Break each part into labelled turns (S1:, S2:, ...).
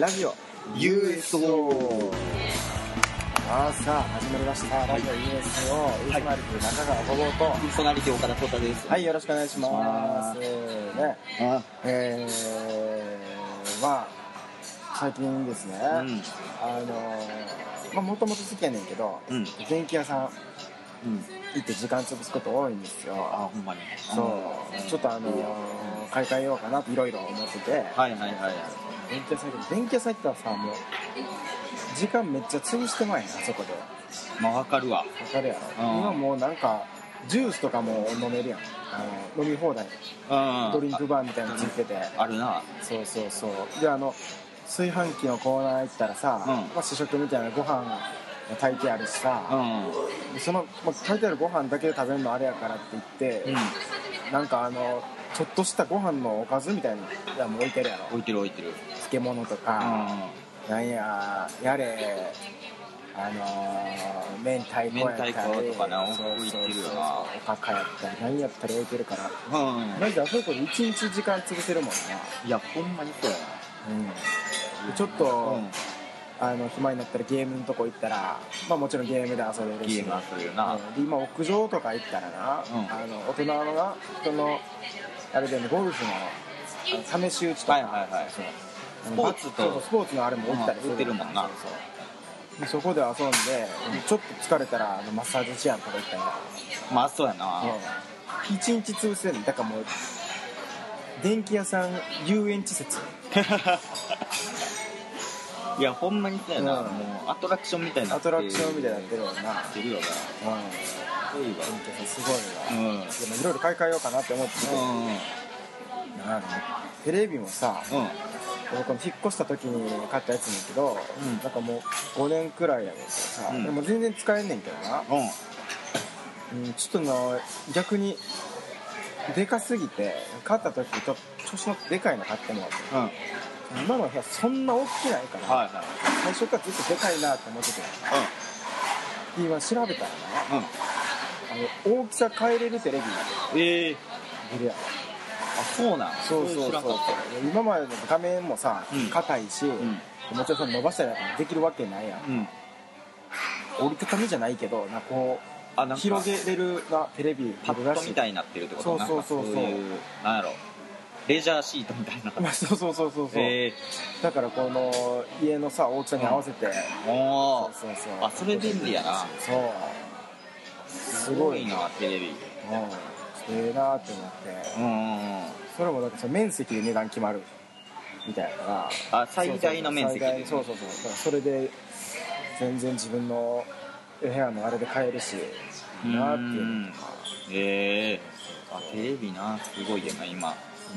S1: ラジオ USO さあさあ始まりました、ラジオ USO
S2: はい
S1: ウィズマルク中川ごぼうとは
S2: パーソナリティ岡田浩太です。
S1: い、よろしくお願いしますね
S2: あ、
S1: えー、まあ最近ですね、
S2: うん
S1: あのまあもともと好きやねんけど、
S2: うん
S1: 電気屋さん
S2: うん、
S1: 行って時間潰すこと多いんですよ
S2: あ、ほんまに。
S1: そう、
S2: ん
S1: ちょっとあの買い替えようかなっていろいろ思ってて、
S2: はいはいはい。
S1: 電気屋さん行く電気屋さん行ったらさもう時間めっちゃ潰してまいなあそこでわ
S2: まあ、わかるわ。
S1: かるやろ、
S2: うん
S1: 今もうなんかジュースとかも飲めるやんあの飲み放題
S2: うん
S1: ドリンクバーみたいなのついてて
S2: あるな。
S1: そうそうそうであの炊飯器のコーナー行ったらさ、
S2: うん
S1: まあ、試食みたいなご飯が炊いてあるし
S2: う
S1: さ、
S2: ん。
S1: でその、まあ、炊いてあるご飯だけで食べるのあれやからって言って、
S2: うん。
S1: なんかあのちょっとしたご飯のおかずみたいなのも置いてるやろ
S2: 置いてる置いてる。うん。
S1: 漬物とか、なんややれあのー、明太子やったり
S2: 明太子とかな
S1: そうそうそう
S2: 置いてるよな
S1: おかかやったり何やったり置いてるから
S2: う
S1: マジであそこで1日時間潰せるもんな、
S2: ん。いや、ほんまにそうや
S1: うん、ちょっと、
S2: な。うん。
S1: あの暇になったらゲームのとこ行ったら、まあ、もちろんゲームで遊べるし
S2: ゲームはするよな
S1: う。んで今屋上とか行ったらな、
S2: うん
S1: あの大人のな人のあれでねゴルフのあの試し打ちとか、
S2: はいはいはい
S1: そう
S2: スポーツと
S1: そうそうスポーツのあれも打ったりする
S2: うん打ってるもんな
S1: そうそうでそこで遊んでちょっと疲れたらあのマッサージチェアとか行ったら
S2: まあ、そうやな。
S1: 一日潰せんだからもう電気屋さん遊園地説
S2: いや、ほんまにそうやな。
S1: うん
S2: もう、アトラクションみたいにな
S1: ア
S2: って
S1: ト
S2: る。
S1: ラクションみたいになってるわな、うん、
S2: てるよな。そうい
S1: 電
S2: わ。
S1: 気屋さんすごいわ、
S2: うん。うん。
S1: でもいろいろ買い替えようかなって思ってて、あのテレビもさ
S2: うん。
S1: 俺この引っ越した時に買ったやつなんやけど、
S2: うん
S1: なんかもう5年くらいやねんけどさ、
S2: うん
S1: でも全然使えんねんけどな、
S2: うん。
S1: うん、ちょっとな逆にでかすぎて買った時ちょっと調子乗ってでかいの買ってもらって
S2: うん。
S1: 今の部屋そんな大きくないから、
S2: はいは
S1: 最初からずっとでかいなって思ってて
S2: い。
S1: で今調べたらな
S2: うん。
S1: あ
S2: うん。
S1: の大きさ変えれるテレビ
S2: ええ。
S1: いるやん
S2: あ、そうなん。
S1: そうそう
S2: 知
S1: そ
S2: ら
S1: うん
S2: かった
S1: 今までの画面もさ
S2: うん
S1: 硬いし、
S2: ん
S1: もちろんその伸ばしたりなんかできるわけないやん
S2: うん。
S1: 折りたたみじゃないけどなんかこ
S2: あ、
S1: う
S2: なんか
S1: 広げれるなテレビ
S2: パ
S1: あるら
S2: ッ
S1: し
S2: ド
S1: い
S2: みたいになってるってこと
S1: そうそうそうそう
S2: なんかいうなんやろレジャーシートみたいな
S1: そうそうそうそうそう、
S2: え
S1: だからこの家のさ大きさに合わせて、
S2: ー、お
S1: そ
S2: ー
S1: うそうそう
S2: あそれ便利やな
S1: そう
S2: す
S1: ご
S2: ご
S1: い
S2: い
S1: な
S2: なテレビ
S1: うんええなって思って
S2: うんうんうん
S1: それもだからその面積で値段決まるみたいなのが
S2: あ最大の面積
S1: そうそうそう最大そうそうそうだからそれで全然自分の部屋のあれで買えるしいいなっていうのとか
S2: えー、あテレビなすごいよな今、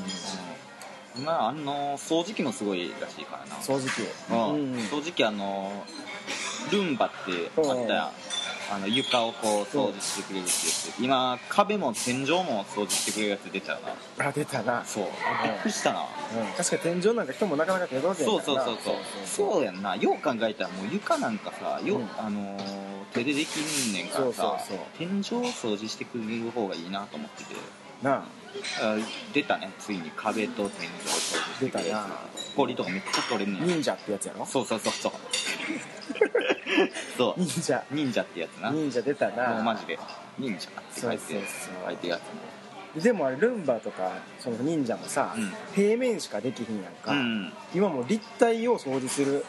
S2: うん今あの掃除機もすごいらしいからな
S1: 掃除機
S2: うん
S1: うん
S2: 掃除機あのルンバってあったやんあの床をこう掃除してくれるってやつ今壁も天井も掃除してくれるやつ出ちゃうな
S1: あ出たな、
S2: そうあびっくりしたな
S1: うん、確かに天井なんか人もなかなか手届けへん
S2: そう
S1: か
S2: そ
S1: ら
S2: う
S1: な
S2: そうそう
S1: そう
S2: そうやんなよう考えたらもう床なんかさよ、う
S1: うん
S2: あのー手でできんねんからさ
S1: そうそうそう
S2: 天井掃除してくれる方がいいなと思ってて
S1: な
S2: あ出たねついに壁と天井掃除してくれるや
S1: 出たな
S2: つ氷とかめっちゃ取れん
S1: あ
S2: ねん
S1: 忍者ってやつやろ
S2: そうそうそうそうそう
S1: 忍者
S2: 忍者ってやつなも
S1: 忍者出たな
S2: うマジで忍者って書
S1: そ
S2: い
S1: う
S2: て
S1: そうそう
S2: 書いてるや
S1: でもあれルンバとかその忍者もさ、
S2: うん
S1: 平面しかできひんやん
S2: つ
S1: か、
S2: もうん
S1: 今もう立体を掃除する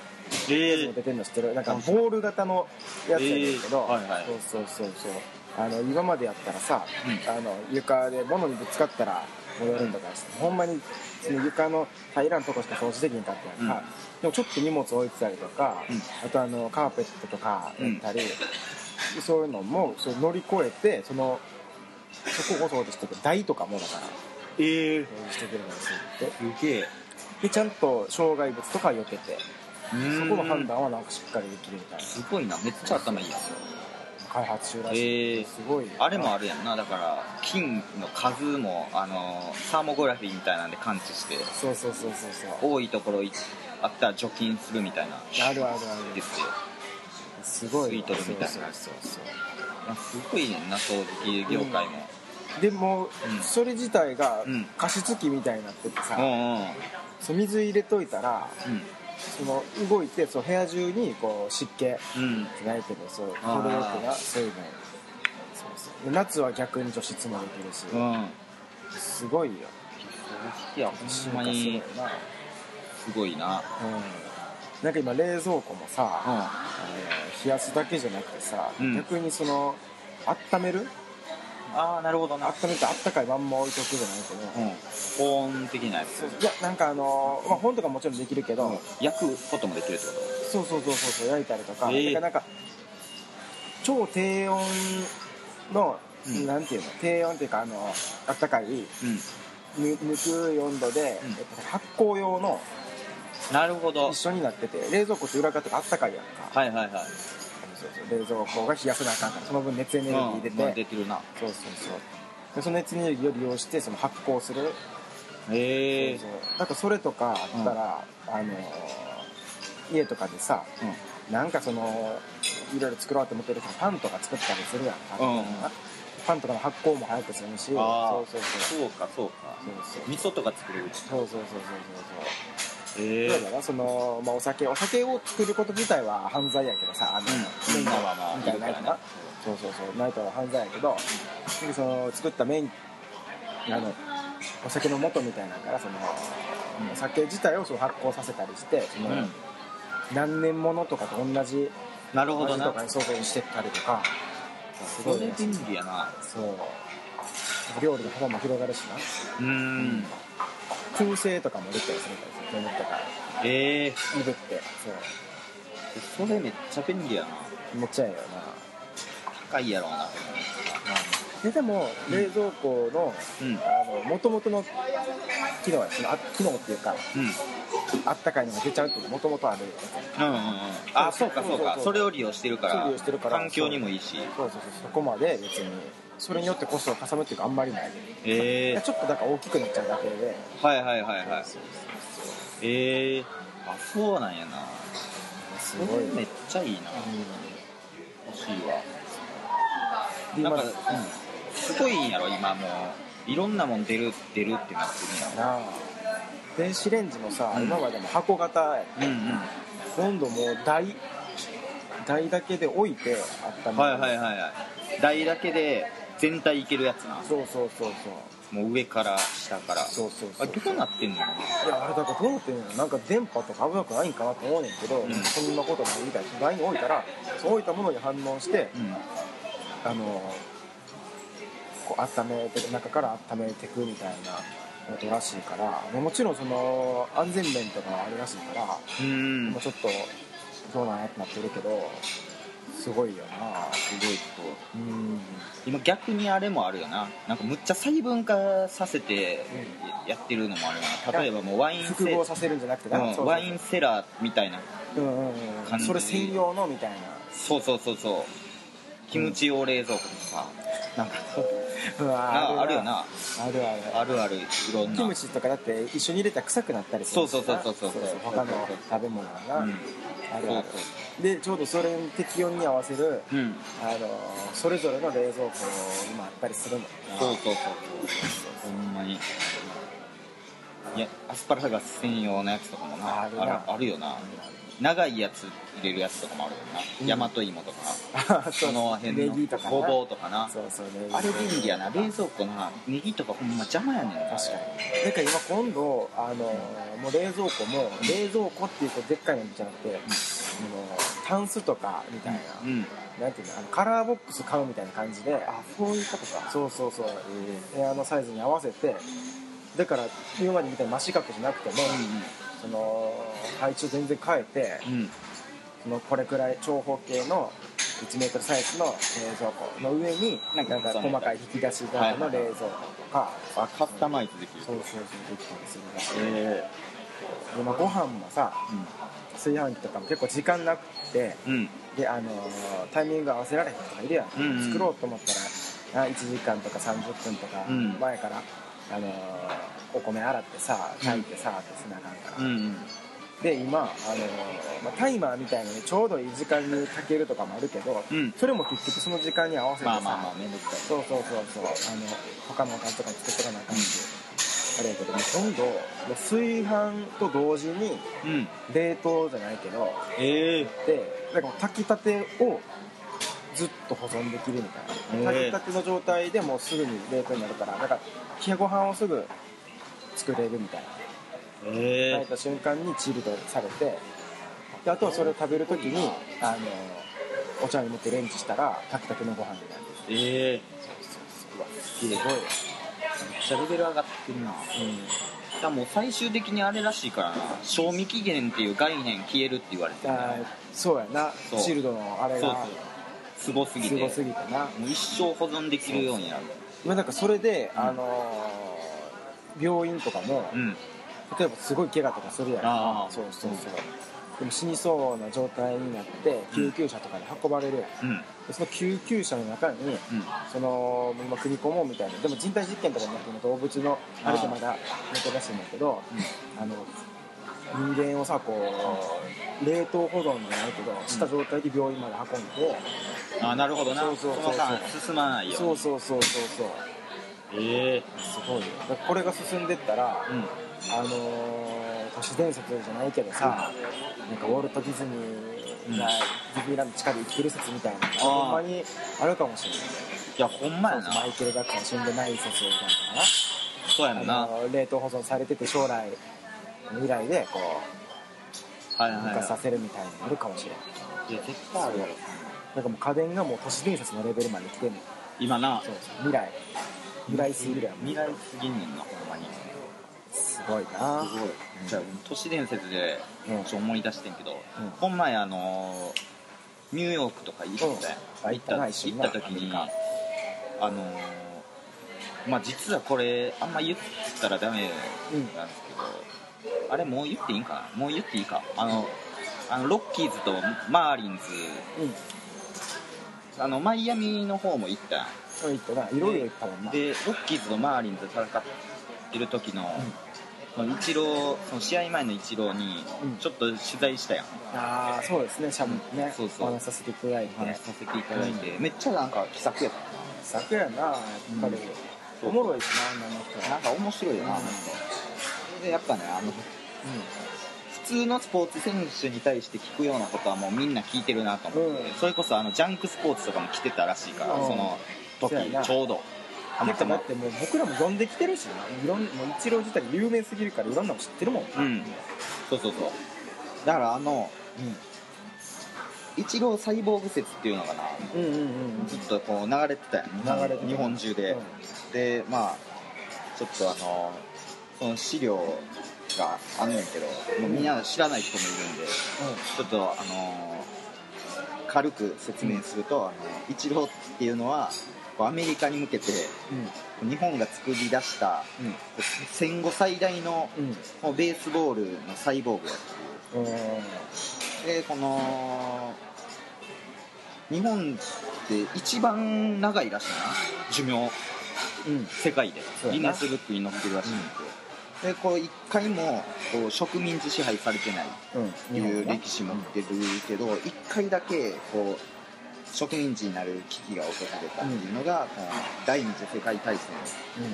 S2: え
S1: やつも
S2: ー
S1: 出てるの知ってるなんかボール型のやつやねんけど、
S2: えーはいはい
S1: そうそうそうそうあの今までやったらさ、
S2: う
S1: あの床で物にぶつかったら戻るとかして、ほんまにその床の平らなとこしか掃除できんかったやんか、でもちょっと荷物置いてたりとか、
S2: う
S1: あとあのカーペットとかやったり、そういうのもそれ乗り越えてそのそこを掃除してくる台とかもだから
S2: えー
S1: 掃除してくれるんですって
S2: すげえ
S1: でちゃんと障害物とか避けてそこの判
S2: 断
S1: 断はなんかしっかりできるみたいな
S2: すごいなめっちゃ頭いいやん
S1: 開発中らしい、
S2: ええ
S1: すごいよな
S2: あれもあるやんなだから金の数もあのサーモグラフィーみたいなんで感知して
S1: そうそうそうそうそう
S2: 多いところいあったら除菌するみたいな
S1: あるあるあ
S2: で
S1: る
S2: す
S1: す
S2: よ
S1: ごいよ
S2: スイートルみたいな
S1: そうそうそう
S2: あすごいねんな掃除機業界も
S1: そうでも、
S2: うん
S1: それ自体が
S2: うん
S1: 加湿器みたいになっててさ、
S2: うんうん
S1: そう水入れといたら
S2: うん
S1: その動いてその部屋中にこう湿気
S2: うん
S1: ないけどそう
S2: あー
S1: 程よくな水分そうそうで夏は逆に除湿もできるし、
S2: うん
S1: すごいよ
S2: いやほんま
S1: 進
S2: に
S1: 化すごいな
S2: すごいな
S1: うんなんか今冷蔵庫もさ、
S2: うん
S1: あの冷やすだけじゃなくてさ、
S2: うん
S1: 逆にその温める
S2: ああなるほどな
S1: 温めてあったかいまんま置いとくじゃないけど、
S2: うん保温的なやつ
S1: そういやなんかあのーまあ、本とかもちろんできるけど、
S2: 焼くこともできるってこと
S1: そうそうそうそうそう焼いたりとか、
S2: えー
S1: だからなんか超低温の、
S2: うん
S1: なんていうの低温っていうかあのあったかいぬ
S2: うん
S1: 抜く温度で、
S2: うん
S1: やっぱ発酵用の
S2: なるほど
S1: 一緒になってて冷蔵庫って裏側とかあったかいやんか、
S2: はいはいはい
S1: そうそう冷蔵庫が冷やさなあかんからその分熱エネルギー出て、
S2: うんまあ出てるな
S1: そうそうそうでその熱エネルギーを利用してその発酵する
S2: へえ
S1: そうそうなんかそれとかあったら、あのー家とかでさなんかそのいろいろ作ろうと思ってる人パンとか作ったりするやんパンとか,、
S2: うんうん
S1: パンとかの発酵も早くするしそう
S2: ああ
S1: そうそう
S2: そうかそうか
S1: そうそう
S2: 味噌とか作れる
S1: そうそうそうそうそうそう
S2: へえ
S1: だからその、まあ、お酒お酒を作ること自体は犯罪やけどさあの、
S2: うんまあまあまあ
S1: みたいなやつな
S2: ね
S1: そうそうそうないと犯罪やけどでその作ったメインあのお酒の元みたいなのからその、
S2: うん
S1: お酒自体をその発酵させたりしてその、
S2: うん
S1: 何年ものとかと同じ
S2: なるほ
S1: 味
S2: どな
S1: とかにそうそうにしてったりとかす
S2: そ
S1: ごい
S2: れ
S1: ね
S2: 便利やな
S1: そう料理の幅も広がるしな
S2: うーん
S1: 燻製とかもできたりするからさ煙とか
S2: ええ
S1: いぶって
S2: それめっちゃ便利やな
S1: そう持っちゃえよな
S2: 高いやろうな
S1: ででも冷蔵庫の
S2: うん
S1: もともとの機能やそのあ機能っていうか
S2: うんうん
S1: あったかいのが出ちゃうっていうもともとあるやつ
S2: うんうんうんあそうかそうかそれを利用してるか
S1: そう利
S2: ら
S1: 用してるから
S2: 環境にもいいし
S1: そうそうそうそこまで別にそれによってコストがかさむっていうかあんまりない
S2: ええ
S1: ちょっとだから大きくなっちゃうだけで
S2: はいはいはいはい
S1: そう
S2: ええあそうなんやな
S1: す
S2: そ
S1: ごい
S2: れめっちゃいいな欲しいわ
S1: うん
S2: なんか、
S1: で
S2: うん、すごいんやろ今もういろんなもん出る出るってなってるんやろ
S1: なあ電子レンジもさ、
S2: うん
S1: 今までも箱型や
S2: うんうん
S1: 今度もう台台だけで置いて温める
S2: はいはいはいはい台だけで全体いけるやつな
S1: そうそうそう
S2: もう上から下から
S1: そうそうそうそう
S2: あれどうなってんのかない
S1: やあれだからどうなってんのなんか電波とか危なくないんかなと思うねんけど、
S2: ん
S1: そんなことないみたいな台に置いたらそう置いたものに反応して、
S2: うん
S1: あのこう温めて中から温めてくみたいなことらしいからもちろんその安全面とかはあるらしいから
S2: うん
S1: もうちょっとどうなんやってなってるけどすごいよな
S2: すごいこう
S1: うん
S2: 今逆にあれもあるよななんかむっちゃ細分化させてやってるのもあるよな例えばもうワインセ
S1: 複合させるんじゃなくてな
S2: うんワインセラーみたいな
S1: うんうんう
S2: 感
S1: ん
S2: じ
S1: それ専用のみたい
S2: そうそうそうそうキムチ用冷蔵庫とかさ、なんか
S1: な うわ
S2: ああるよな
S1: あるあ
S2: あ
S1: る
S2: るあるいろんな
S1: キムチとかだって一緒に入れたら臭くなったりするしな
S2: そうそうそうそうそう
S1: 他の食べ物がな、
S2: うん
S1: あるあ
S2: そう
S1: るでちょうどそれに適用に合わせる
S2: うん
S1: あのそれぞれの冷蔵庫今あったりするのかな
S2: そうそうそうそうほんまにいやアスパラガス専用のやつとかもな
S1: あるな
S2: あるよな長いやつ入れるやつとかもあるよ
S1: うん
S2: な、大和芋とか
S1: あそ
S2: そうの辺
S1: ネ
S2: の
S1: ギとかな
S2: ごぼうとかな
S1: そうそう
S2: あれ便利やな冷蔵庫なネギとかほんま邪魔やねんな
S1: 確かになんか今今度あのーもう冷蔵庫も冷蔵庫っていうこうでっかいのじゃなくて、あのータンスとかみたいな、
S2: うん
S1: なんていうのあのカラーボックス買うみたいな感じで
S2: あそういうことか
S1: そうそうそう部屋のサイズに合わせてだから今までみたいに真四角じゃなくても、
S2: う
S1: その配置を全然変えて、
S2: んうんうん
S1: そのこれくらい長方形の1メートルサイズの冷蔵庫の上に
S2: な
S1: なんん
S2: か
S1: か細かい引き出し型の冷蔵庫とか、
S2: あカスタマイズできる
S1: そうそうそうできたりするらしい
S2: え
S1: でまあご飯もさ
S2: え
S1: 炊飯器とかも結構時間なくて
S2: うんうん
S1: で、あのータイミング合わせられへん人がいるやん、
S2: うんうん
S1: 作ろうと思ったらあ1時間とか30分とか
S2: うん
S1: 前から、あのーお米洗ってさ炊いてさってせなあかんから、
S2: うんうん
S1: で今、あのーまあ、タイマーみたいなねちょうどいい時間に炊けるとかもあるけど、
S2: うん
S1: それも結局その時間に合わせてさ、
S2: まあまあまあ面倒くさい
S1: そうそうそうそうあの他のおかずとかも作っとかなあかんし、あれやけども今度もう炊飯と同時に
S2: うん
S1: 冷凍じゃないけど
S2: ええ
S1: でなんかもう炊きたてをずっと保存できるみたいな
S2: へ
S1: 炊
S2: え
S1: きたての状態でもうすぐに冷凍になるからなんか冷やご飯をすぐ作れるみたいな
S2: え
S1: 炊いた瞬間にチルドされてであとはそれを食べるときにあのお茶に持ってレンチしたら炊きたてのご飯になる
S2: ええ
S1: うわ
S2: すごいめっちゃレベル上がってるなしかも最終的にあれらしいからな賞味期限っていう概念消えるって言われて
S1: うん、あーそうやな
S2: そう
S1: チルドのあ
S2: そ
S1: れ
S2: うそう
S1: が
S2: すごすぎ
S1: す
S2: て
S1: ごすぎてな
S2: もう一生保存できるようになる
S1: 今なんかそれで、
S2: うん
S1: あのー病院とかも、
S2: うん
S1: 例えばすごい怪我とかするやんか
S2: あー
S1: そうそうそう、でも死にそうな状態になって救急車とかに運ばれるやん、
S2: うん
S1: でその救急車の中に、
S2: うん
S1: その今組み込もうみたいなでも人体実験とかになっても動物のあれってまだ残らしいんだけどあの人間をさこう冷凍保存じゃないけどした状態で病院まで運んで、
S2: あなるほどな
S1: そうそうそうそう
S2: の間進まないよ
S1: そううそうそうそうそう
S2: ええ
S1: すごいよだからこれが進んでったら、
S2: うん
S1: あのー都市伝説じゃないけどさ、なんかウォルト・ディズニーが
S2: うん
S1: ディズニーランド地下で生きてる説みたいなのが
S2: ー
S1: ほんまにあるかもしれない
S2: いやほんまやな
S1: マイケル・ジャクソン死んでない説みたいなのかな
S2: そうやろな
S1: あの冷凍保存されてて将来未来でこ
S2: はいうはい
S1: 変
S2: は
S1: 化させるみたいになるかもしれない
S2: いいや絶対あるやろ
S1: だからもう家電がもう都市伝説のレベルまで来てんの
S2: 今な
S1: そうそう未来未来すぎるやん
S2: 未来すぎんねんなほんまにす
S1: すごいな
S2: ごいじゃあ都市伝説で
S1: うん
S2: ちょ思い出してんけど、
S1: うん
S2: こん前あのーニューヨークとか行ってたやん
S1: うんあ
S2: 行
S1: 行っ
S2: ったた
S1: な一緒
S2: 行
S1: に
S2: っ
S1: な
S2: た時にあのーまあ実はこれあんま言ったらダメなんですけど、あれもう言っていいんかなもう言っていいかあの,、あのロッキーズとマーリンズ
S1: うん
S2: あのマイアミの方も行ったやん
S1: そう言ったないろいろ言ったもんな
S2: でロッキーズとマーリンズ戦ってる時の、
S1: ん
S2: そのイチローその試合前のイチローに
S1: うん
S2: ちょっと取材したやん、
S1: ああそうですねしゃべってね
S2: そうそう
S1: お話しさせていただい
S2: お
S1: て
S2: 話しさせていただいて、めっちゃなんか気さくやっ
S1: 昨やなやっぱり
S2: うん
S1: おもろいしな女の
S2: た
S1: 人
S2: な
S1: は
S2: んか面白いよな、あの
S1: うん
S2: 人でやっぱねあの普通のスポーツ選手に対して聞くようなことはもうみんな聞いてるなと思って、
S1: うん
S2: それこそあのジャンクスポーツとかも来てたらしいから、
S1: うん
S2: その
S1: そ
S2: 時
S1: うやな
S2: ちょうどた
S1: うん
S2: ま
S1: て
S2: た
S1: かだ
S2: ま
S1: ってもう僕らも呼んできてるしないろんもう一郎自体有名すぎるからいろんなの知ってるもん
S2: うんそうそうそうだからあのイチローサイボーグ説っていうのかな
S1: うんうんうんうん
S2: ずっとこう流れてたやん日本
S1: 流れてた
S2: 日本中で、でまあちょっとあのその資料があんねんけどもうみんな知らない人もいるんでちょっとあの軽く説明すると、あのイチローっていうのはこうアメリカに向けて
S1: うんうん
S2: 日本が作り出した
S1: うん
S2: 戦後最大の
S1: うん
S2: こうベースボールのサイボーグや
S1: うん
S2: でこの日本って一番長いらしいな寿命
S1: うん
S2: 世界で
S1: そうや
S2: ギ
S1: な
S2: ネスブックに載ってるらしいんですよ、でこう一回もこう植民地支配されてない
S1: うん
S2: っていう歴史も持ってるけど一回だけこう植民地になる危機が訪れたっていうのが、この第二次世界大戦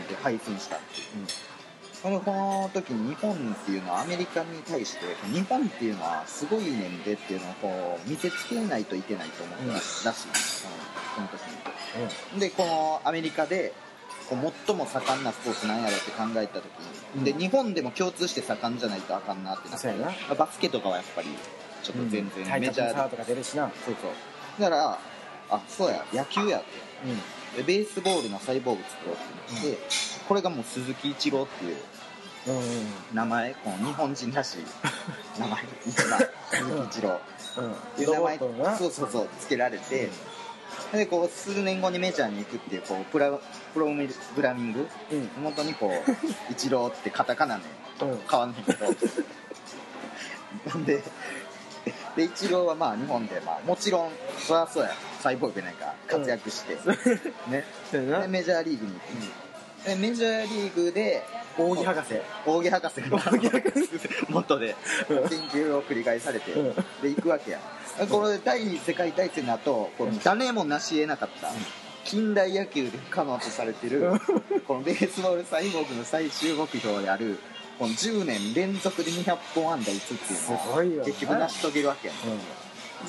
S2: で敗戦したっていう、
S1: うん
S2: そのこの時に日本っていうのはアメリカに対して日本っていうのはすごいねんでっていうのをこう見せつけないといけないと思ったらしい、んです、そのその時に。でこのアメリカでこう最も盛んなスポーツなんやろって考えた時
S1: う
S2: に、
S1: ん
S2: で日本でも共通して盛んじゃないとあかんなってなって
S1: そうやな
S2: まあバスケとかはやっぱりちょっと全然メジャー
S1: サ
S2: だ、
S1: ーとか出るしな
S2: そうそうだからあそうや野球やって
S1: うん
S2: でベースボールのサイボーグ作ろうってなって、これがもう鈴木一郎っていう
S1: うんうん
S2: 名前この日本人らしい名前一番鈴木一郎
S1: うん
S2: っていう名前
S1: ロボットのな
S2: そうそうそうつけられて、でこう数年後にメジャーに行くっていうこうプラプログラミング
S1: うん
S2: 本当にこ う「イチロー」ってカタカナの
S1: うん
S2: 変わんないけどなんででイチローはまあ日本で、まあ、もちろんそりゃそうやサイボーグなんか活躍して、ね
S1: そうや
S2: で
S1: な
S2: メジャーリーグに行く、でメジャーリーグで
S1: 扇博士
S2: 扇博士の
S1: 扇博
S2: 元で
S1: うん
S2: 研究を繰り返されて、
S1: うん
S2: で行くわけやこの第二次世界大戦の後こう誰も成し得なかった近代野球で不可能とされてるこのベースボールサイボーグの最終目標であるこの10年連続で200本安打打つっていうの
S1: すごいよね
S2: を結局成し遂げるわけやね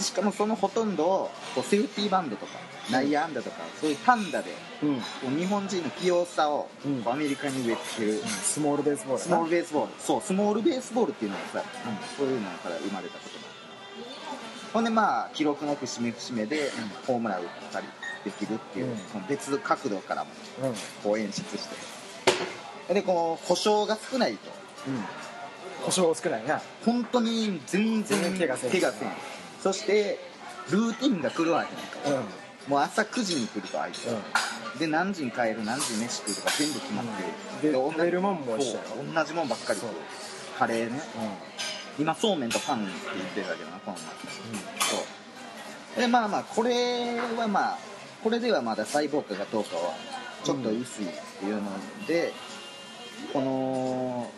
S2: しかもそのほとんどをこうセーフティーバンドとか内野安打とかそういう単打で
S1: うん、うん、
S2: こう日本人の器用さを
S1: うん
S2: こうアメリカに植え付ける
S1: スモールベースボール
S2: スモール
S1: ベ
S2: ベースボールそうスモールベースボールっていうのがさ、そういうのから生まれた言葉ほんでまあ記録なく節目節目でホームラン打ったりできるっていう、
S1: うん
S2: その別角度からも
S1: うん
S2: こう演出してでこう故障が少ないと
S1: うん故障少ないな
S2: 本当に全
S1: 全
S2: 然
S1: 然怪我せん
S2: 怪我せんそしてルーティンが狂わへん
S1: うんうん
S2: もう朝9時に来るとあいつ、で何時に帰る何時に飯食うとか全部決まって、
S1: うんで
S2: 同じ
S1: 食べるもんも一緒やろ
S2: そう同じもんばっかり食
S1: そ
S2: う
S1: う
S2: カレーね
S1: うん
S2: 今そうめんとパンって言ってたけどなこの前そうでまあまあこれはまあこれではまだ細胞化がどうかはちょっと薄いっていうので、この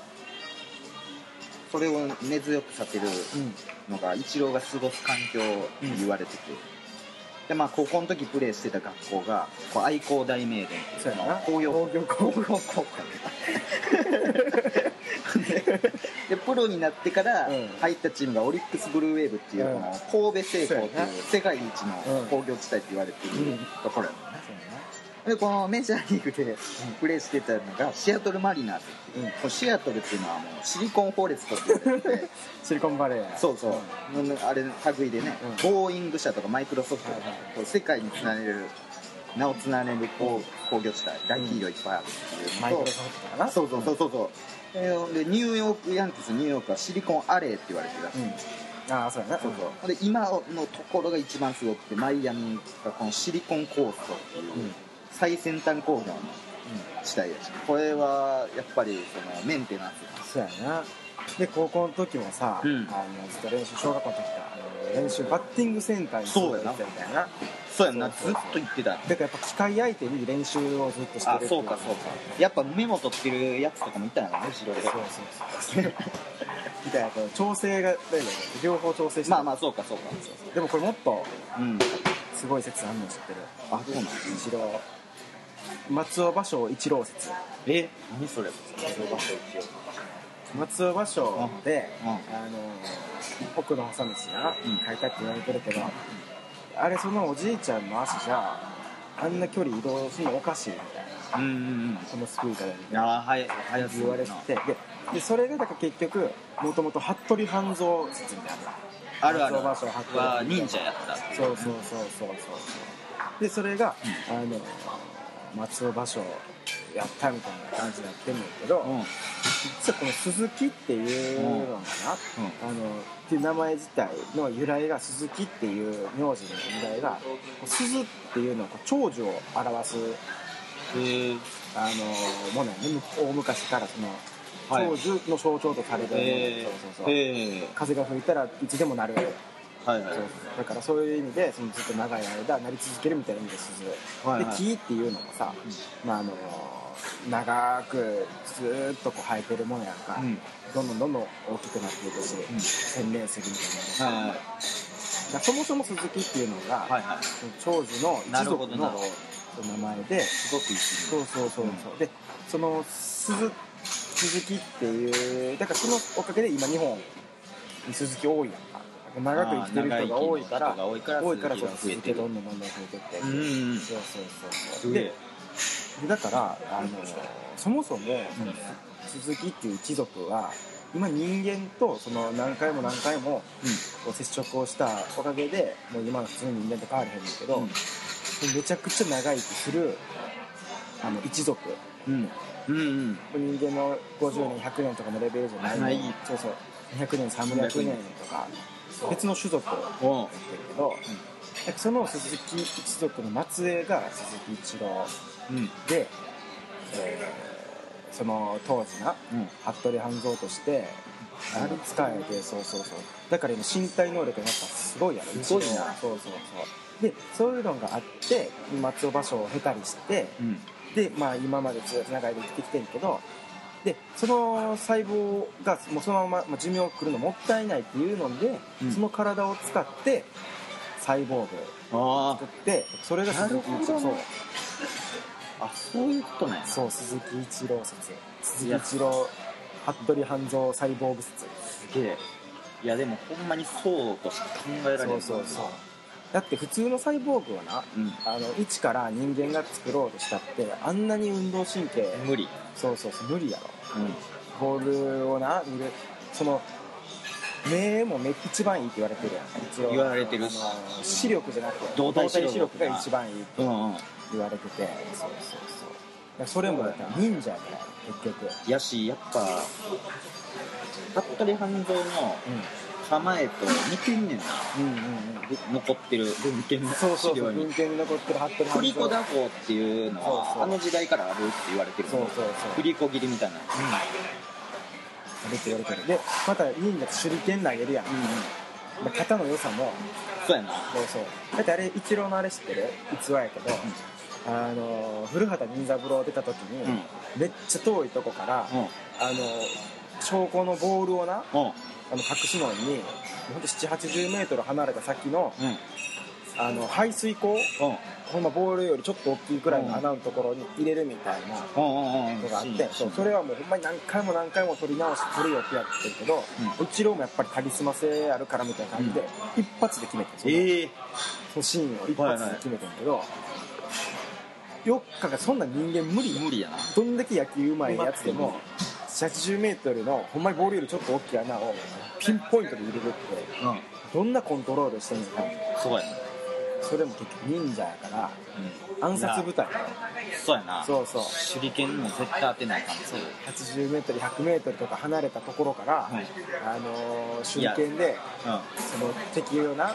S2: それを根強くさせる
S1: うん
S2: のがイチローが過ごす環境って言われてて、でまあ高校の時プレーしてた学校がこう愛工大名電っていう
S1: そうやな
S2: 工業
S1: 工業高校
S2: 高校 でプロになってから
S1: うん
S2: 入ったチームがオリックスブルーウェーブっていう
S1: うん
S2: この神戸製鋼ってい
S1: そうやな
S2: う世界一の工業地帯って言われて
S1: う
S2: る
S1: ん
S2: ところやねでこのメジャーリーグでプレーしてたのがシアトルマリナーズっていう
S1: うん
S2: このシアトルっていうのはもうシリコンフォレストって言 われてて
S1: シリコンバレーや
S2: そうそう、あれ類でね、
S1: う
S2: ボーイング社とかマイクロソフトとか、
S1: はいはい
S2: こう世界につなげる名をつなげる工工業地帯大企業いっぱいあるっていう
S1: マイク
S2: の
S1: ロ
S2: と、
S1: ソフトかな
S2: そうそうそうそうそうえーでニューヨークヤンキースニューヨークはシリコンアレーって言われてた、
S1: うんああそうやな
S2: そうそうほんで今のところが一番すごくてマイアミがこのシリコンコーストっていう
S1: うんうん
S2: 最先端工業の地帯やしこれはやっぱりそのメンテナンス
S1: そうやなで高校の時もさ、
S2: うん
S1: あのずっと練習小学校の時からあの練習バッティングセンターに
S2: そうやな
S1: 行ってたみたいな
S2: そうやんな
S1: そうそう
S2: ずっと言ってた
S1: だからやっぱ機械相手に練習をずっとしてる
S2: あそうかそうかやっぱメモ取ってるやつとかもいたのね後ろで
S1: そうそうそう みたいなこの調整が大事だよね両方調整して
S2: まあまあそうかそうか
S1: でもこれもっと
S2: うん
S1: すごい説あんの知ってる
S2: あそうなの
S1: 一郎松尾芭蕉一郎説
S2: え何それ
S1: 松尾芭蕉で、
S2: うんうん
S1: あの奥の細道が
S2: うん
S1: 書いたって言われてるけど、あれそのおじいちゃんの足じゃあんな距離移動するのおかしいみたいな
S2: うんうん
S1: そのスピードでみ
S2: う
S1: た
S2: ん
S1: いな
S2: ああはい早すぎ
S1: 言われ
S2: る
S1: て
S2: な
S1: てででそれがだから結局もともと服部半蔵説みたいな
S2: あるある
S1: 松尾芭蕉発見
S2: は忍者やった
S1: そうそうそうそうそうそうでそれが、あの松尾芭蕉やったみたいな感じになってんねんけど、
S2: うんうん
S1: 実はこの鈴木っていうのかな、あのっていう名前自体の由来が鈴木っていう名字の由来がこう鈴っていうのはこう長寿を表す
S2: へえ
S1: あのものやねむ大昔からその
S2: はい
S1: 長寿の象徴とされてるもの、
S2: え
S1: そうそうそう
S2: え
S1: 風が吹いたらいつでもなる
S2: はいは
S1: そ
S2: いう
S1: だからそういう意味でそのずっと長い間なり続けるみたいな意味で鈴、
S2: はいはい
S1: で木っていうのもさ、まああの長くずーっとこう生えてるものやんか、
S2: うん
S1: どんどんどんどん大きくなっていくし、
S2: ん
S1: 洗練するみたいな
S2: は
S1: ものが、
S2: いは
S1: だ
S2: い
S1: からそもそも鈴木っていうのが、
S2: はいはい
S1: その長寿の
S2: な
S1: 一
S2: るほど
S1: 族
S2: なる
S1: の
S2: ほど
S1: 名前です
S2: ごくいい
S1: そうそうそうそう、でその鈴鈴木っていうだからそのおかげで今日本に鈴木多いやんか長く生きてる人が多いから
S2: あー長生きの人が
S1: 多い
S2: 多い
S1: か
S2: からら
S1: そう続
S2: 鈴木が増え
S1: け
S2: てる
S1: どんどんどんどん増えてって、
S2: うんうん
S1: そうそうそうそ
S2: す
S1: う
S2: げ
S1: で
S2: え
S1: でだからあのそもそも、鈴木っていう一族は今人間とその何回も何回もこう接触をしたおかげでもう今の普通の人間と変わらへんねんけど、
S2: うん
S1: めちゃくちゃ長生きするあの一族
S2: うんうんうん
S1: 人間の50年100年とかのレベルじゃない
S2: ない
S1: そうそう200年300年とか別の種族をやって
S2: おう
S1: るけど、その鈴木一族の末裔が鈴木一郎
S2: うん
S1: で、えーその当時な
S2: うん
S1: 服部半蔵としてあの使えてそうそうそうだから今身体能力がやっぱすごいやろ
S2: すごいな
S1: そうそうそうでそういうのがあって松尾芭蕉を経たりして
S2: うん
S1: で、まあ、今までずっと長い間生きてきてるけどでその細胞がもうそのまままあ寿命をくるのもったいないっていうので、
S2: うん
S1: その体を使ってサイボーグ
S2: あ
S1: 作ってそれが鈴木一郎
S2: なるほ
S1: そう
S2: どああそういうことね
S1: そう鈴木一郎説鈴木一郎服部半蔵サイボーグ説
S2: すげえいやでもほんまにそうとしか考えられない
S1: だって普通のサイボーグはな
S2: うん
S1: あの一から人間が作ろうとしたってあんなに運動神経
S2: 無理
S1: そうそうそう無理やろ
S2: うん
S1: ボールをな見るその目もめ一番いいって言われてるやん一応
S2: 言われてるし
S1: あの視力じゃなくて
S2: 動体視力
S1: 動体が一番いいって
S2: うんうん
S1: 言われててそうそうそうだからそれもだから忍者やから結局
S2: やしやっぱ服部半蔵の構えと似てんねんな
S1: うん、うんうん
S2: ぶ残ってる文献の
S1: うんそうそ
S2: 資
S1: うそ
S2: 料
S1: う文
S2: に
S1: 献に残ってる服部半蔵
S2: 振り子打法っていうの
S1: そうそう
S2: はあの時代からあるって言われてる
S1: そうそうそ
S2: 振
S1: う
S2: り子切りみたいな
S1: あれって言われてるでまた忍者って手裏剣投げるやん
S2: うんうん
S1: まあ肩の良さも
S2: そうやな
S1: そうそうだってあれ一郎のあれ知ってる逸話やけど、あの古畑任三郎出た時に、
S2: うん
S1: めっちゃ遠いとこから、
S2: うん
S1: あの証拠のボールをな
S2: うん
S1: あの隠すのにほんと7 8 0ル離れた先の
S2: うん
S1: あの排水溝
S2: うん
S1: ほんまボールよりちょっと大きいくらいの穴のところに入れるみたいな
S2: うんうんうん
S1: のがあって、そうそ
S2: そ
S1: れ
S2: れ
S1: はもうほんまに何回も何回も取り直して取るよってやってるけど、うちろもやっぱりカリスマ性あるからみたいな感じで、一発で決めてその
S2: ええ
S1: そのシーンを一発で決めてんけど、よっかがそんな人間無理やん
S2: 無理やな
S1: どんだけ野球うまいやつで
S2: う
S1: も
S2: まく
S1: 80メートルのほんまにボールよりちょっと大きい穴をピンポイントで入れるって
S2: うん
S1: どんなコントロールしてんのか
S2: そうや
S1: それも結局忍者やから
S2: うん
S1: 暗殺部隊
S2: そうやな
S1: そうそう
S2: 手裏剣も絶対当てない感じそう
S1: 80メートル100メートルとか離れたところから、
S2: はい
S1: あのー手裏剣で
S2: う
S1: その敵をな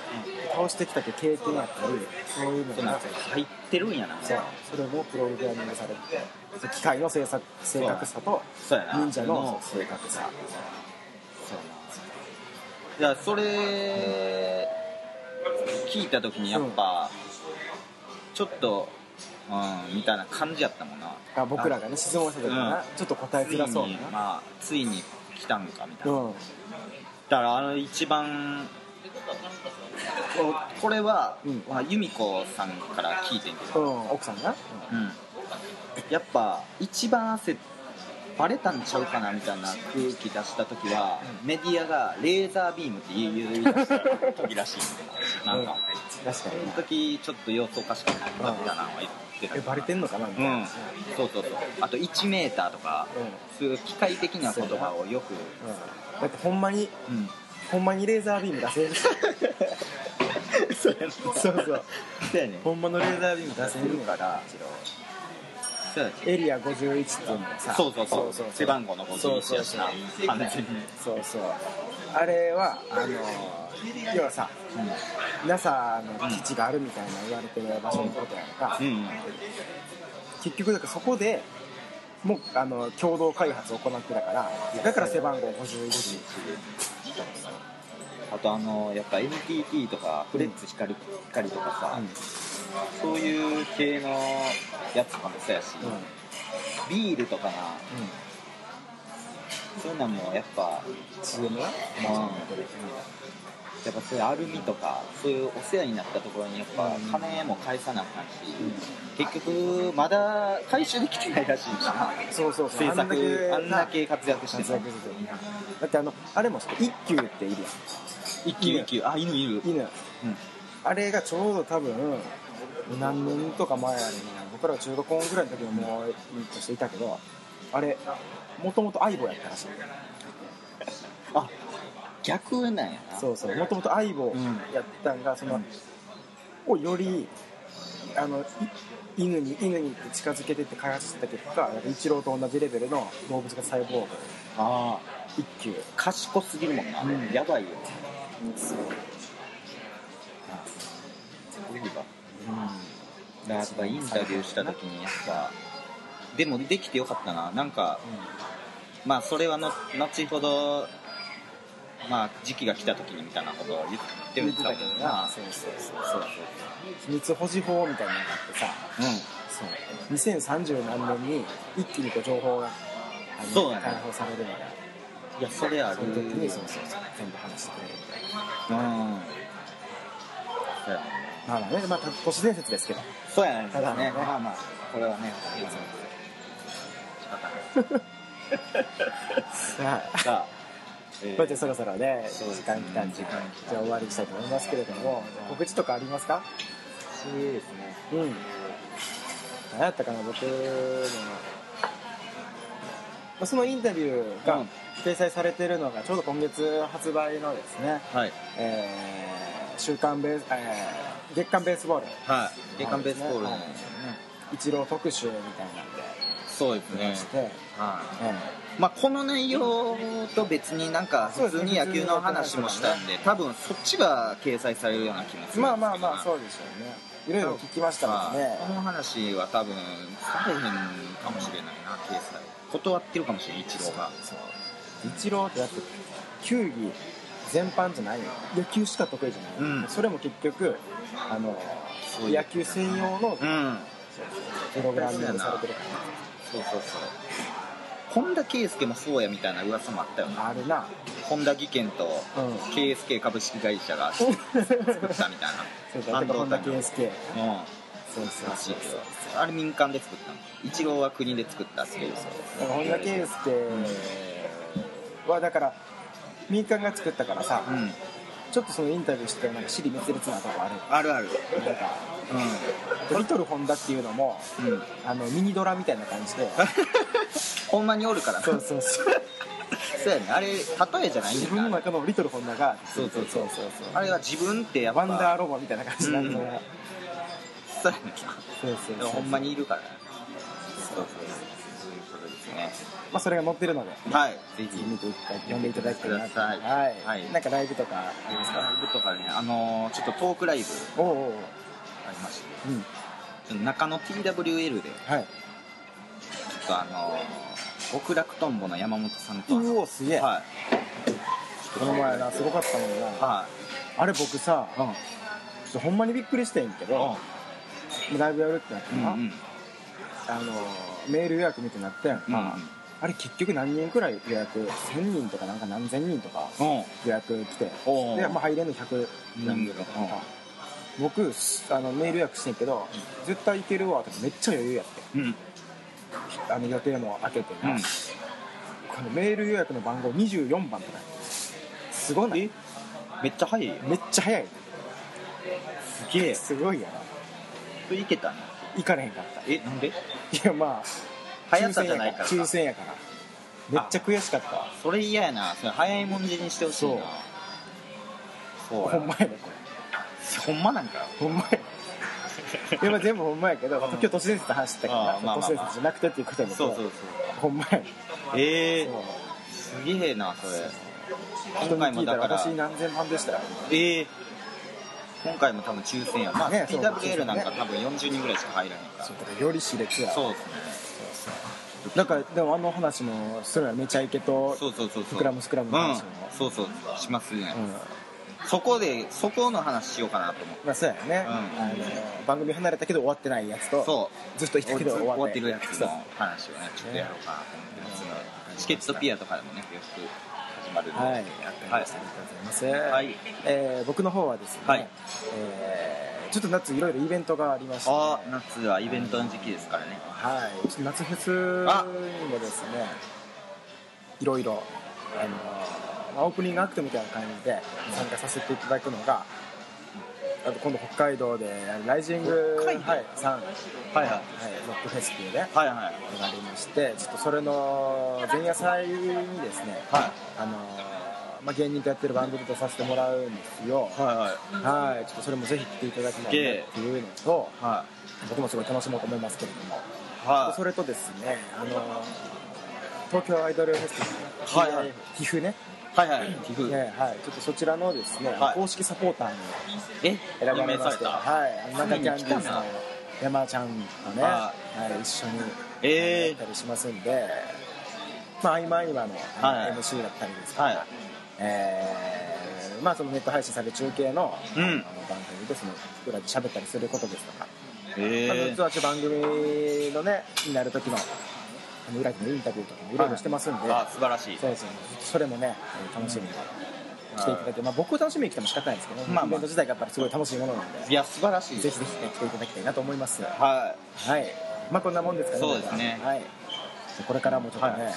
S1: 倒してきたって経験やったりそういうの
S2: んそ
S1: が
S2: う
S1: な
S2: なんか入ってるんやな
S1: そうそれもプログラミングされてて機械の正確正確さと
S2: そうやな
S1: 忍者の
S2: そ
S1: 正確さ
S2: そうやないやそれ聞いた時にやっぱちょっとうんみたいな感じやったもんな
S1: あ僕らがね質問した時にな、
S2: うん
S1: ちょっと答え
S2: つい
S1: づらそう
S2: に
S1: なな
S2: まあついに来たんかみたいな
S1: うんうん
S2: だからあの一番ここれは、
S1: うん
S2: まあ由美子さんから聞いてんけど、
S1: 奥さんが、
S2: うんやっぱ一番汗バレたんちゃうかなみたいな空気出した時は、メディアがレーザービームって言い出した時らしいんだよなんか、
S1: 確かに
S2: その時ちょっと様子おかしかったなみたいなのは言ってた
S1: えバレてんのかなみたいな、
S2: うんそうそうそうあと1メーターとか、そういう機械的な言葉をよく
S1: うんだってほんまに
S2: うん
S1: ほんまにレーザービーム出せる
S2: そうやな
S1: そうそう
S2: そうやね
S1: ほんまのレーザービーム出せるから
S2: らそうやね
S1: エリア51っていうのがさ
S2: そうそうそう背番号の51やしな完全に
S1: そうそうあれはあの要はさ NASA の基地があるみたいな言われてる場所のことやんか、
S2: うんうん
S1: 結局だからそこでもうあの共同開発を行ってたからだから背番号55
S2: あとあのやっぱ NTT とかフレッツ光光とかさ、そういう系のやつとかもそうやし、
S1: うん
S2: ビールとかな
S1: うん
S2: そういうのもやっぱ
S1: CM は
S2: うんやっぱそういうアルミとかそういうお世話になったところにやっぱ
S1: うん
S2: 金も返さなあかんし、結局まだ回収できてないらしいしな
S1: そうそうそう
S2: 制作あんだ
S1: な
S2: け活躍して
S1: 活
S2: た
S1: 躍してるだってあのあれもして一休っている
S2: 一級一級あ犬いる
S1: やん犬
S2: うん
S1: あれがちょうど多分何年とか前に僕らが中学校ぐらいの時にもういいとしていたけどあれもともと相棒やったらしい
S2: あ逆なんやな
S1: そうそうもともと相棒やったんが、その、をよりあのい犬に犬に近づけてって開発してた結果なんかイチローと同じレベルの動物が細胞
S2: ああ
S1: 一級
S2: 賢すぎるもんな、
S1: うん
S2: やばいよ
S1: す
S2: 無理だからやっぱインタビューした時にやっぱでもできてよかったななんかまあそれはの後ほどまあ時期が来た時にみたいなことを言って
S1: 言
S2: る
S1: ってたけどなそうそうそうそう秘密保持法みたいなのがあってさ
S2: う
S1: そう2030何年に一気にこう情報があの
S2: そうだね
S1: 解放されるのが
S2: んいやそれある
S1: その時にそうそうそう全部話してくれるみたいな
S2: うんそうやね
S1: まあまあね、まあ、都市伝説ですけど。
S2: そうやねただね
S1: ただね
S2: まあまあこれはね
S1: いやそう
S2: 仕方ない
S1: はい。
S2: さあ、えー
S1: まあ、じゃあそろそろね、
S2: そうです
S1: 時間来たんで、
S2: 時間来た
S1: じゃあ終わりにしたいと思いますけれども、告知とかありますか
S2: そうですね
S1: うん。何やったかな、僕の。まあそのインタビュー
S2: う
S1: が
S2: ん
S1: 掲載されているのが、ちょうど今月発売のですね、
S2: はい
S1: えー週刊ベース、えー月刊ベースボール、
S2: はい月刊ベースボールの、
S1: はいイチロー特集みたいなんで、
S2: そうですね
S1: して、え
S2: はい
S1: え
S2: まあ、この内容と別になんか普通に野球の話もしたんで多分そっちが掲載されるような気もするんですけど
S1: まあまあまあ、そうでしょうね。いろいろ聞きました
S2: ま
S1: もんね
S2: あ。この話は多分されへんかもしれないな掲載断ってるかもしれない一郎が
S1: そう一郎ってだって球技全般じゃないよ野球しか得意じゃない、
S2: うん
S1: それも結局あの
S2: そういう
S1: 野球専用の
S2: うん
S1: プログラミングされてるか
S2: そうそうそう本田圭佑もそうやみたいな噂もあったよな
S1: らある な
S2: 本田技研と
S1: うん
S2: 圭佑株式会社が作ったみたい
S1: そうだ
S2: な
S1: って本田圭佑そう
S2: うん
S1: そうそう
S2: らしいですよあれ民間で作ったの一郎は国で作ったそうです
S1: だから本田圭佑はだから民間が作ったからさ、
S2: うん
S1: ちょっとそのインタビューしてなんか尻滅裂なと こある
S2: あるある
S1: なんかリトル本田っていうのも
S2: うん、うん、
S1: あのミニドラみたいな感じで
S2: ほんまにおるからな
S1: そうそうそう
S2: そうやねあれ例えじゃないんだ
S1: 自
S2: よ
S1: 分の
S2: な
S1: 中のリトルホンダが
S2: そうそうそう
S1: そうそう
S2: あれは自分ってやっぱ
S1: ワンダーロボみたいな感じなんだ
S2: うん
S1: ね
S2: そうやね
S1: そうそう
S2: で
S1: そう
S2: もほんま
S1: に
S2: にいるからねそうそうそういうことですね
S1: まあそれが載ってるので
S2: はいぜひ
S1: 見ていただき読んでいただきたいなと
S2: はい
S1: は
S2: はい
S1: いなんかライブとかあります
S2: ラ
S1: か
S2: イブとかねあのーちょっとトークライブ
S1: おうおうおう
S2: ありまして
S1: うん
S2: ちょっと中野 TWL でちょ
S1: はい
S2: っとあのー極楽とんぼの山本さんと
S1: うおすげえ
S2: はい
S1: この前なすごかったもんな
S2: は
S1: あれ僕さ
S2: いう
S1: ちょ
S2: ん
S1: っとほんまにびっくりしてんけどライブやるってなってな
S2: うんうん
S1: あのメール予約みたいになってん
S2: うん
S1: あれ結局何人くらい予約1000人とかなんか何千人とか
S2: うん
S1: 予約来て
S2: おう
S1: で、まあ、入れんの100何
S2: う
S1: 人と
S2: ん
S1: か、僕あのメール予約してんけど、絶対行けるわってめっちゃ余裕やって
S2: うん
S1: あの予定も開けてな、
S2: うん
S1: このメール予約の番号24番とかすごない
S2: えめっちゃ早いよ
S1: めっちゃ早い
S2: すげえ
S1: すごいやな
S2: それいけたね
S1: 行かれへんかったい
S2: えなんで
S1: やまあ
S2: 早さじゃないからか
S1: 抽選やからめっちゃ悔しかったわ
S2: それ嫌やなそれ早いもんじにしてほしいなそう
S1: ほんまやねこ
S2: ほんまなんか
S1: れほんまやいやまあ全部ほんまやけど、
S2: ん
S1: まあ今日都市伝説の話してたからな
S2: あーまあまあまあ
S1: 都市伝説じゃなくてっていうことやもん
S2: そうそうそう
S1: ほんまやね
S2: ええ
S1: そう
S2: すげえなそれ
S1: 人
S2: 今
S1: に
S2: 回
S1: 聞
S2: も
S1: いた
S2: だ
S1: ら
S2: から
S1: 私何千万でしたよ
S2: ええ今回も多分抽選やまあ
S1: ねそう
S2: PWL なんか多分40人ぐらいしか入らへんから
S1: そうだからより熾烈や
S2: そうですね
S1: なんかでもあの話もするやんめちゃイケと
S2: そうそうそうそう
S1: スクラムスクラム
S2: う
S1: の
S2: ん
S1: 話も、
S2: そうそうしますね
S1: うん
S2: そこでそこの話しようかなと思って
S1: まあそうやね、
S2: うん
S1: あの番組離れたけど終わってないやつと
S2: そう
S1: ずっといたけど終
S2: 終
S1: わ
S2: わ
S1: っ
S2: ってて
S1: ない
S2: るやつ
S1: そう
S2: の話をねちょっとやろうかなと思ってますがチケットピアとかでもねよく始まるので
S1: はい
S2: やって
S1: あ
S2: ま
S1: り
S2: す
S1: がとうございます、
S2: はい
S1: えー僕の方はですね、
S2: はい
S1: えーちょっと夏いろいろイベントがありまして
S2: あー夏はイベントの時期ですからね
S1: はい、ちょっと夏フェスにもですねいろいろあの、まあオープニングアクトみたいな感じで参加させていただくのが、あと今度北海道でライジング、
S2: 北海道
S1: はい、さんはい、
S2: はいはい
S1: ロックフェスっていうね
S2: はいはい
S1: のがありましてちょっとそれの前夜祭にですね、
S2: は
S1: あのまあ、芸人とやってる番組とさせてもらうんですよ、
S2: いはいはい
S1: はい、ちょっとそれもぜひ来ていただきたいなっていうのと
S2: は
S1: 僕もすごい楽しもうと思いますけれども。
S2: いは
S1: それとですね、あの東京アイドルフェスティバル、
S2: はいはい
S1: 岐阜ね、
S2: いはいはい寄付
S1: ねはい、ちょっとそちらのですね、
S2: はい
S1: 公式サポーターに
S2: え
S1: 選ばれまして、
S2: た
S1: はい、あの中キャンディーズの
S2: はい
S1: 山ちゃんとね、は、
S2: はい
S1: 一緒に
S2: え
S1: やったりしますんで、まあ、合間合間のあ
S2: は
S1: の
S2: い
S1: MC だったりですとか、
S2: はい
S1: えーまあ、そのネット配信される中継の,、
S2: うん
S1: あの番組でその裏で喋ったりすることですとか。まあ
S2: え
S1: 実はちょっと番組のねになる時のあの裏でのインタビューとかもいろいろしてますんで、
S2: あ素晴らしい
S1: そうですねそれもねえー楽しみに来ていただいて、まあ、僕を楽しみに来ても仕方ないですけど、
S2: まあまあ
S1: イベント自体がやっぱりすごい楽しいものなので、
S2: いや、素晴らしい
S1: ぜ
S2: で
S1: ひ
S2: す。
S1: ぜひね、来ていただきたいなと思います。は。
S2: はい
S1: まあ、こんなもんですかね。
S2: そうですね
S1: はい。じゃあこれからもちょっとね、
S2: はい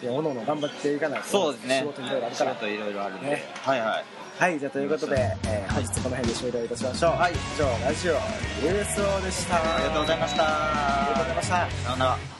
S1: でおのおの頑張っていかない
S2: い。
S1: と、
S2: そうですね。
S1: 仕事いろいろあるから
S2: 仕。事いろいろあるんで。
S1: ね
S2: はいはい。
S1: はい、じゃあということで、えー本日この辺で終了いたしましょう。
S2: はい
S1: 以上、ラジオ USO でした。
S2: ありがとうございまし
S1: ありがとうご
S2: た
S1: ざい。ました。
S2: さようなら。